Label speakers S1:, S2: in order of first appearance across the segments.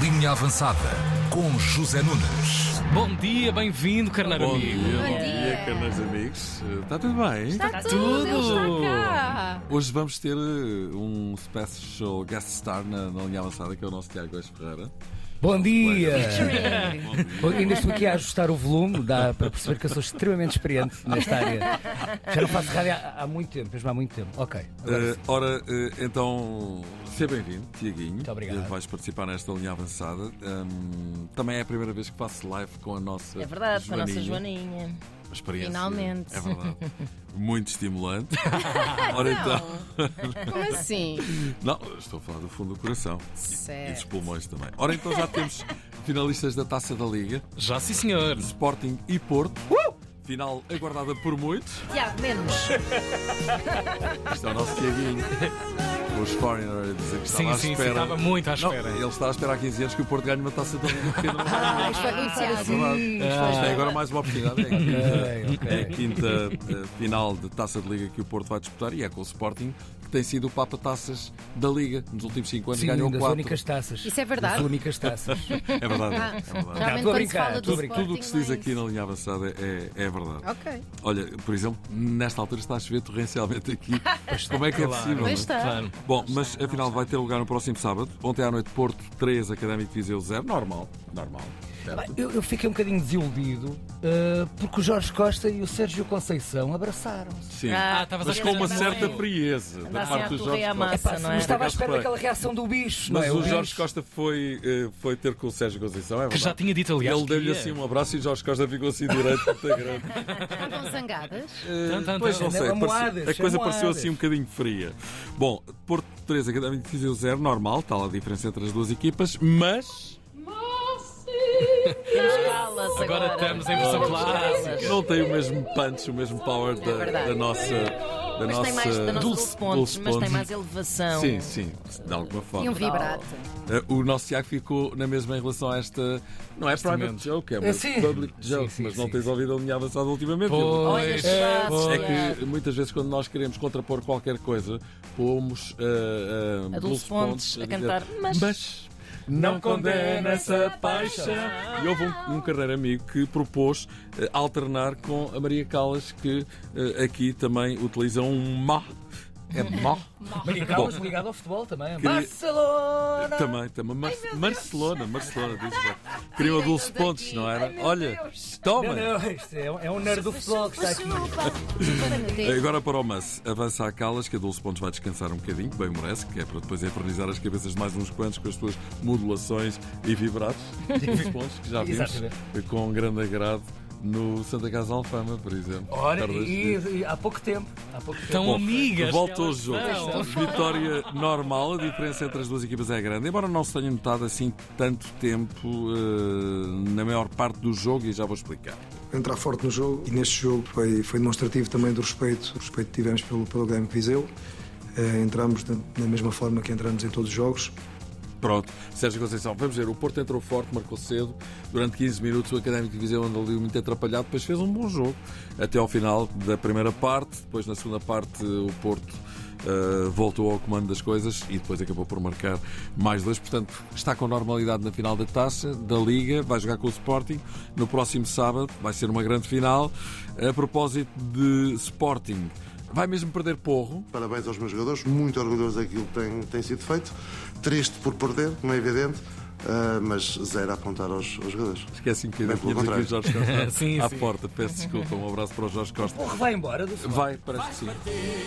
S1: Linha Avançada com José Nunes.
S2: Bom dia, bem-vindo, carneiro
S3: Bom
S2: amigo.
S3: dia,
S4: Bom
S3: bom
S4: dia.
S3: dia, caros amigos. Eh, Está tudo bem?
S4: Está
S2: Está
S4: Tá tudo,
S2: tudo.
S4: ele está cá.
S3: Hoje vamos ter eh, um special guest star na, na linha avançada, que é o nosso Tiago Gomes Ferreira.
S5: Bom dia! Eu ainda estou aqui a ajustar o volume, dá para perceber que eu sou extremamente experiente nesta área. Já não faço rádio há, há muito tempo, mesmo há muito tempo. Ok. agora
S3: Eh,
S5: sim.
S3: ora, eh, então, seja bem-vindo, Tiaguinho. Muito
S5: obrigado.
S3: Vais participar nesta linha avançada. Ahm, também é a primeira vez que faço live com a nossa
S4: É verdade, com a nossa Joaninha.
S3: Uma Experiência.
S4: Finalmente.
S3: É verdade. Muito estimulante. Ora então.
S4: Como assim?
S3: Não, estou a falar do fundo do
S5: É.
S3: coração. E dos
S4: Certo.
S3: pulmões também. Ora, então já temos finalistas da Taça da Liga.
S2: Já sim, senhor.
S3: Sporting e Porto.
S5: Uh!
S3: Final aguardada por muitos.
S4: Tiago, menos.
S3: Isto é o nosso Tiaguinho. Os Foreigner a dizer que
S2: Sim,
S3: estava à
S2: sim, sim,
S3: espera.
S2: estava muito à espera.
S3: Não, ele está a esperar há 15 anos que o Porto ganhe uma taça da Liga. porque não vai ganhar.
S4: Ah, isto vai acontecer
S3: É verdade.
S2: Ah.
S3: Isto é agora mais uma oportunidade. É a quinta,
S5: Ok, ok.
S3: é a quinta, eh, final de taça de Liga que o Porto vai disputar e é com o Sporting, que tem sido o Papa Taças da Liga. Nos últimos 5 anos
S5: Sim,
S3: ganhou
S5: das
S3: 4.
S5: únicas taças.
S4: Isso é verdade?
S5: Das únicas taças.
S3: É verdade. É verdade.
S4: Realmente,
S5: Não, estou a
S4: quando se
S5: brincar,
S4: fala do
S5: estou a brincar.
S3: Tudo o que se diz aqui
S4: Sporting,
S3: na linha avançada é, é verdade.
S4: Ok.
S3: Olha, por exemplo, nesta altura está a chover torrencialmente aqui. Como é que é possível? não é?
S4: Pois está.
S2: Claro.
S3: Bom, mas afinal vai ter lugar no próximo sábado. Ontem à noite, Porto 3, Académico de Viseu 0. Normal, normal.
S5: Bem, Eu, eu fiquei um bocadinho desiludido uh, porque o Jorge Costa e o Sérgio Conceição abraçaram-se.
S3: Sim.
S4: é?
S2: Ah, estavas a
S3: mas com uma
S2: dizer também.
S3: certa frieza da
S4: Andassem à
S3: parte do
S4: torre
S3: Jorge
S4: e à
S3: Costa.
S4: massa.
S5: Epá,
S4: não
S5: não
S4: é?
S5: estava à
S3: Por acaso
S5: espera
S3: foi.
S5: daquela reação do bicho, não
S3: Mas
S5: é?
S3: o
S5: bicho-
S3: Jorge Costa foi, eh, foi ter com o Sérgio Conceição, é
S2: Que já
S3: verdade.
S2: tinha dito, aliás.
S3: Ele deu-lhe
S2: que
S3: assim
S2: ia.
S3: um abraço e o Jorge Costa ficou assim direito. muito grande.
S4: Estavam Tá zangadas?
S2: Tan, tan,
S3: Pois
S2: tan.
S3: não sei,
S5: Amoadas,
S3: parecia- a coisa
S5: amoadas.
S3: pareceu assim um bocadinho fria. Bom, Porto 3, Académico de Viseu 0, normal, está lá a diferença entre as duas equipas, mas
S4: Cala-se agora.
S2: Agora estamos em versão clássica.
S3: não tem o mesmo punch, o mesmo power da,
S4: É verdade.
S3: da nossa. Da
S4: Mas
S3: nossa
S4: tem mais da nossa Dulce Pontes,
S3: Dulce
S4: mas tem
S3: Pontes.
S4: mais elevação.
S3: Sim, sim, de alguma forma.
S4: E um vibrato.
S3: Eh, O nosso Tiago ficou na mesma em relação a esta. Não é private
S2: momento.
S3: joke, é
S5: É,
S3: uma
S5: sim.
S3: public joke,
S5: sim,
S3: mas não
S5: sim,
S3: tens
S5: sim.
S3: ouvido a linha avançada ultimamente. Diogo?
S2: Pois.
S4: Olha, que
S2: pois.
S4: fácil.
S3: É que muitas vezes quando nós queremos contrapor qualquer coisa, pomos ah, ah,
S4: A Dulce Pontes a
S3: dizer,
S4: cantar, "Mas
S3: não condena essa paixão. E houve um, um carreiro amigo que propôs ah, alternar com a Maria Callas, que ah, aqui também utiliza um má. É má?
S5: Maria Callas ligado ao futebol também. é? Barcelona!
S3: Também, também. Mar- Barcelona, Barcelona, diz já. Criou a Dulce Pontes, não era? Olha, toma!
S5: Não, não, isto é, um- é um nerd do futebol que está aqui.
S4: um
S3: Agora para o Mas, avança a Calas, que a Dulce Pontes vai descansar um bocadinho, bem merece, que é para depois infernizar as cabeças de mais uns quantos com as suas modulações e vibratos. Dulce Pontes, que já vimos
S5: Exatamente.
S3: com um grande agrado no Santa Casa Alfama, por exemplo.
S5: Ora,
S3: Tardas
S5: e,
S3: de-
S5: e- e há pouco tempo. Há pouco tempo.
S2: Tão
S3: Bom,
S2: amigas.
S3: Volta
S2: que
S3: ao
S2: elas
S3: jogo.
S2: são.
S3: Vitória normal, a diferença entre as duas equipas é grande. Embora não se tenha notado assim tanto tempo eh, na maior parte do jogo, e já vou explicar.
S6: entrar forte no jogo e neste jogo foi, foi demonstrativo também do respeito, o respeito que tivemos pelo, pelo Grêmio Viseu. Eh, entramos da, da mesma forma que entramos em todos os jogos.
S3: Pronto, Sérgio Conceição, vamos ver, o Porto entrou forte, marcou cedo, durante 15 minutos o Académico de Viseu andou ali muito atrapalhado, depois fez um bom jogo, até ao final da primeira parte, depois na segunda parte o Porto eh, voltou ao comando das coisas e depois acabou por marcar mais dois, portanto está com normalidade na final da Taça, da Liga, vai jogar com o Sporting, no próximo sábado vai ser uma grande final, a propósito de Sporting, vai mesmo perder porro,
S7: Parabéns aos meus jogadores, muito orgulhosos daquilo que tem, tem sido feito. Triste por perder, como é evidente, ah, mas zero a apontar aos, aos jogadores.
S3: esqueci-me que é ainda
S7: Bem, pelo
S3: tínhamos aqui o Jorge Costa
S2: Sim,
S3: à
S2: sim.
S3: porta, peço desculpa, um abraço para o Jorge Costa.
S5: Porra, vai embora do futebol.
S3: Vai, parece que sim.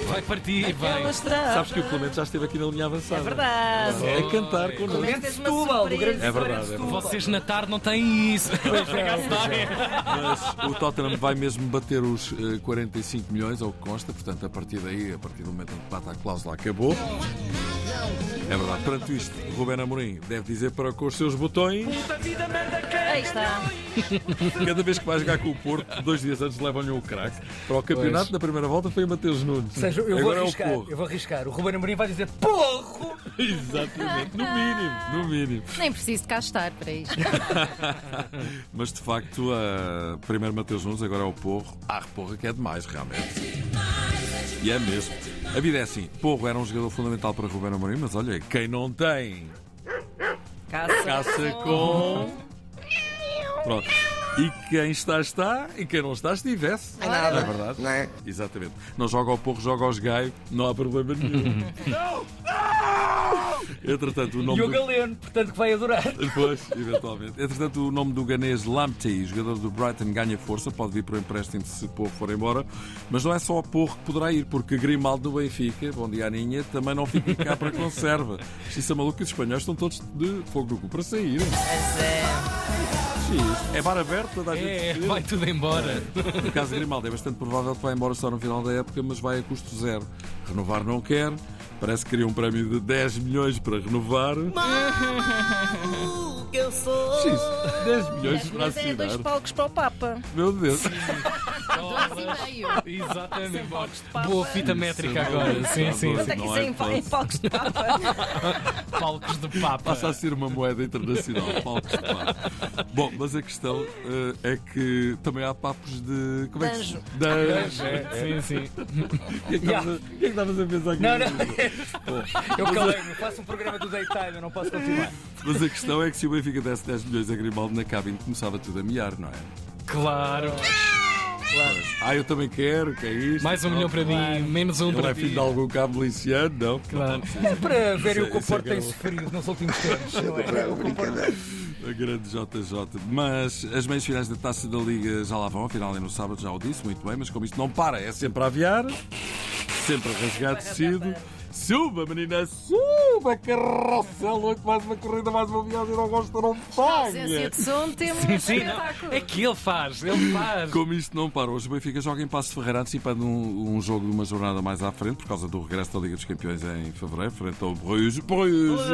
S2: Vai partir, vai.
S4: Mostrar.
S3: Sabes que o Clemente já esteve aqui na linha avançada.
S4: É verdade.
S3: É a cantar
S4: Como é
S3: connosco.
S4: que tens uma
S5: Setúbal, do
S4: surpresa?
S5: grande
S3: É verdade, é verdade.
S2: Vocês na tarde não têm isso. Por acaso têm.
S3: Mas o Tottenham vai mesmo bater os eh, 45 milhões, ao que consta. Portanto, a partir daí, a partir do momento em que bata a cláusula, acabou. É verdade. Perante isto, Rubén Amorim deve dizer para com os seus botões,
S4: Aí está.
S3: cada vez que vai jogar com o Porto, dois dias antes levam-lhe o craque. Para o campeonato, na primeira volta, foi o Mateus Nunes.
S5: Ou seja, eu vou
S3: Agora é o
S5: arriscar.
S3: Porro.
S5: eu vou arriscar. O Ruben Amorim vai dizer porro!
S3: Exatamente. No mínimo, no mínimo.
S4: Nem preciso de cá estar para isto.
S3: Mas de facto, a... primeiro Mateus Nunes, agora é o Porro. Ah, Porra que é demais, realmente. E é mesmo. A vida é assim. Porro era um jogador fundamental para Ruben Amorim, mas olha, quem não tem
S4: Caça.
S3: caça com... Pronto. E quem está, está. E quem não está, estivesse. É nada. É verdade.
S7: Não é?
S3: Exatamente. Não joga ao porro, joga aos gaio. Não há problema nenhum. Entretanto, o nome
S5: E o
S3: um do-
S5: Galeno, portanto, que vai adorar.
S3: Depois, eventualmente. Entretanto, o nome do ganês Lamptey, jogador do Brighton, ganha força. Pode vir para o empréstimo se Porro for embora. Mas não é só o Porro que poderá ir, porque Grimaldo do Benfica, bom dia Aninha, também não fica cá para a conserva. Justiça maluca, os espanhóis estão todos de fogo no cu para sair. Xiz. É bar aberto, toda a gente
S2: É,
S3: vê.
S2: vai tudo embora.
S3: No caso de Grimaldo, é bastante provável que vá embora só no final da época, mas vai a custo zero. Renovar não quer. Parece que queria um prémio de 10 milhões para renovar.
S8: Maluco eu sou.
S3: Xiz, 10 milhões para
S4: Mas é dois
S3: assinar.
S4: palcos para o Papa.
S3: Meu Deus.
S2: Exatamente.
S4: palcos de papa.
S2: Boa fita métrica agora. Sim, sim,
S3: Não
S2: sim.
S4: Quanto é que isso é em pa- em
S3: hipótese.
S4: palcos de Papa?
S2: Palcos de papa.
S3: Passa a ser uma moeda internacional. palcos de papo. Bom, mas a questão eh, é que também há papos de. Como é que se- De anjo.
S2: É, Sim, sim.
S3: O que é que estavas a- o que é que estavas a pensar aqui?
S5: Não, não. Eu calei-me, faço um programa do daytime, eu não posso continuar.
S3: Mas a questão é que se o Benfica desse 10 milhões a Grimaldo na cabine, começava tudo a miar, não é?
S2: Claro.
S3: Ah, eu também quero, que é isto?
S2: Mais um
S3: Não.
S2: milhão para mim, menos um
S3: Ele
S2: para
S3: é filho
S2: ti.
S3: de algum cabo miliciano, não?
S2: Claro.
S5: Para verem o
S3: Isso é-
S5: que o
S3: isso é
S5: Porto tem sofrido nos últimos tempos. não é?
S3: A grande JJ. Mas as meias finais da taça da Liga já lá vão, afinal é no sábado, já o disse, muito bem, mas como isto não para, é sempre a aviar, sempre a rasgar tecido. Suba, menina, suba, carroça, é louco, mais uma corrida, mais uma viagem, não gosto, não
S4: ausência
S3: paga.
S4: de som, temos um
S2: Sim, não.
S4: espetáculo.
S2: É que ele faz, ele faz.
S3: Como isto não para, hoje o Benfica joga em Passo Ferreira, antecipando um, um jogo de uma jornada mais à frente, por causa do regresso da Liga dos Campeões em fevereiro, frente ao Bruges. Bruges.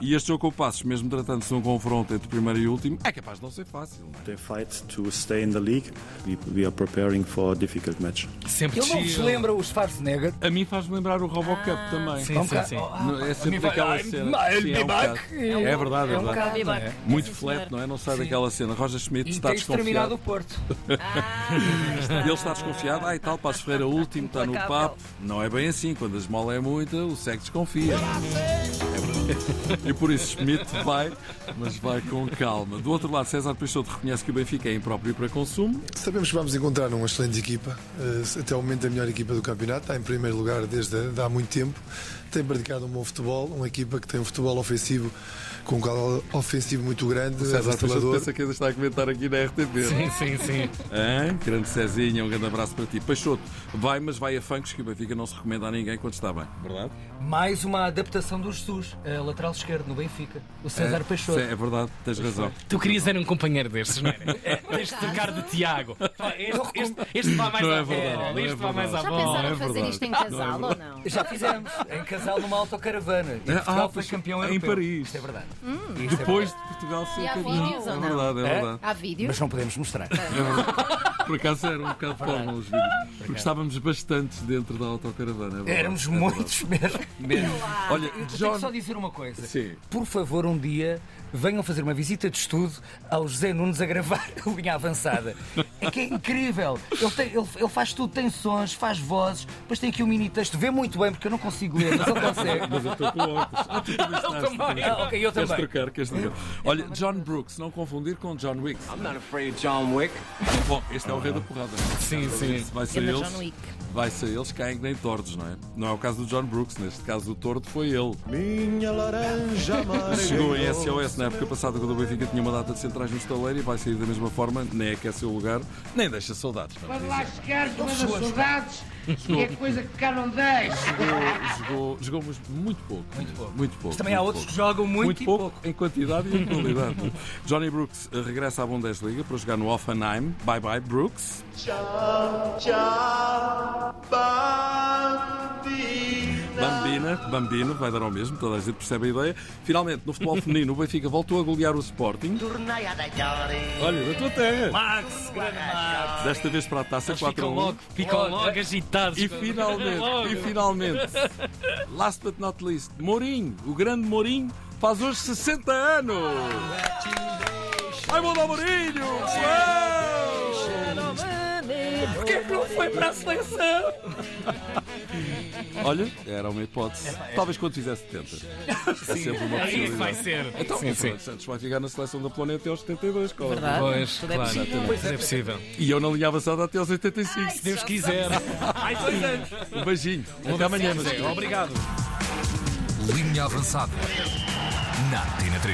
S3: E este jogo com o Passos, mesmo tratando-se de um confronto entre primeiro e último, é capaz de não ser fácil, não é?
S9: They fight to stay in the league. We, we are preparing for a difficult match.
S2: Sempre
S5: Ele não vos
S2: chill.
S5: lembra os Schwarzenegger?
S3: A mim faz-me lembrar o Robocup também.
S2: Sim, sim, sim.
S5: Ah,
S3: Não, É sempre daquela cena.
S5: I'll
S3: Sim,
S5: be
S3: é, um
S5: back.
S3: bocado. é verdade, é verdade.
S4: Calma, Baco.
S3: Muito
S4: Sim,
S3: flat,
S4: senhor.
S3: não é? Não sai daquela cena. Roger Schmidt
S5: E
S3: está
S5: tens terminado o
S3: desconfiado.
S5: Porto.
S3: Ele está desconfiado. Ah, e tal, Passo Ferreira último, está no
S4: Implacável.
S3: papo. Não é bem assim. Quando a esmola é muita, o sexo desconfia. É verdade. E por isso Schmidt vai, mas vai com calma. Do outro lado, César Peixoto reconhece que o Benfica é impróprio para consumo.
S10: Sabemos que vamos encontrar uma excelente equipa, eh, até o momento a melhor equipa do campeonato, está em primeiro lugar desde há muito tempo, tem praticado um bom futebol, uma equipa que tem um futebol ofensivo com um calor ofensivo muito grande,
S3: César Peixoto
S10: avassalador.
S3: pensa que ainda está a comentar aqui na RTP.
S2: Sim, sim, sim.
S3: Hã? Grande Cezinha, um grande abraço para ti. Peixoto, vai, mas vai a funkos que o Benfica não se recomenda a ninguém quando está bem. Verdade?
S5: Mais uma adaptação do Jesus, eh, lateral esquerdo no Benfica. O César Peixoto.
S3: É, verdade, tens razão.
S2: Tu querias era um companheiro destes, não era?
S3: É.
S2: Tens de trocar de Tiago. Pá, Este, este, este vai mais
S3: Não é
S2: à
S3: verdade,
S2: bola.
S3: não é
S2: Este vai mais à
S3: verdade.
S4: Já
S2: bola.
S4: pensaram
S3: é
S4: fazer
S3: verdade.
S4: isto em casal ou não?
S5: Já fizemos, em casal numa autocaravana. E
S3: Ah,
S5: Portugal foi
S3: pois,
S5: campeão
S3: em
S5: europeu.
S3: Paris.
S5: Isto é verdade. Isto é
S3: Depois
S5: verdade.
S3: de Portugal ser
S4: E há
S3: campeão.
S4: vídeos ou
S3: É
S4: não?
S3: verdade, é
S5: É?
S3: verdade.
S4: Há vídeo?
S5: Mas não podemos mostrar.
S3: É Por acaso era um bocado fórmula os vídeos. Porque estávamos bastantes dentro da autocaravana. é verdade.
S5: Éramos
S3: É verdade.
S5: muitos mesmo. mesmo.
S3: Olha,
S5: Eu tenho
S3: John.
S5: que só dizer uma coisa.
S3: Sim.
S5: Por favor, um dia venham fazer uma visita de estudo ao José Nunes a gravar a linha avançada. É que é incrível. Ele, tem- ele- ele faz tudo, tem sons, faz vozes, depois tem aqui um mini texto. Vê muito bem, porque eu não consigo ler, mas ele consegue.
S3: Mas eu estou com óculos. Ah, tu também estás.
S5: Ah, ok, eu
S3: Queres
S5: também.
S3: trocar? Queres trocar? Olha, John Brooks, não confundir com John Wick.
S8: I'm not afraid of John Wick.
S3: Bom, este é o rei da porrada.
S2: Sim, sim.
S3: Vai ser
S4: Ganda
S3: eles.
S4: John Wick.
S3: Vai ser eles que caem que nem tordos, não é? Não é o caso do John Brooks, neste caso o tordo foi ele.
S9: Minha laranja
S3: Chegou em SOS na época passada quando o Benfica tinha uma data de centrais no estaleiro e vai sair da mesma forma, nem é aquece o lugar, nem deixa saudades. é? vamos dizer. Oh, Jogou, jogou mas muito pouco. Muito pouco. Muito pouco.
S5: Também há outros que jogam muito,
S3: Muito
S5: e
S3: pouco, em quantidade e em qualidade. Johnny Brooks eh, regressa à Bundesliga para jogar no Offenheim. Bye bye, Brooks. Bambina, Bambino, vai dar ao mesmo, toda a gente percebe a ideia. Finalmente, no futebol feminino, o Benfica voltou a golear o Sporting. Olha, da tua terra.
S2: Max, grande Max.
S3: Desta vez para a um. taça
S2: Eles ficam
S3: 4-1.
S2: logo, ficam logo agitados.
S3: E finalmente, e finalmente, last but not least, Mourinho, o grande Mourinho, faz hoje 60 anos. Ai, bom dia, Mourinho! Uau!
S5: Porquê que não foi para a seleção?
S3: Olha, era uma hipótese. Talvez quando fizer 70. É sempre uma
S2: Aí é que vai
S3: possibilidade.
S2: ser.
S3: Então,
S2: sim,
S3: o
S2: sim.
S3: Fernando Santos vai ficar na seleção da Polónia até aos 72, cola.
S4: Verdade.
S2: Pois,
S4: Tudo é
S2: claro.
S4: possível.
S2: Pois é possível.
S3: E eu na linha avançada até aos 85.
S2: Se Deus quiser. Ai, dois anos.
S3: Um beijinho. Até amanhã, meus amigos.
S2: Obrigado.
S1: Linha avançada. Na Tina 3.